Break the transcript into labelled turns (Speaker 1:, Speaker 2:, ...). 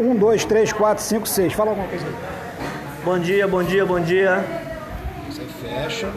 Speaker 1: Um, dois, três, quatro, cinco, seis. Fala alguma coisa aí.
Speaker 2: Bom dia, bom dia, bom dia.
Speaker 1: Você fecha.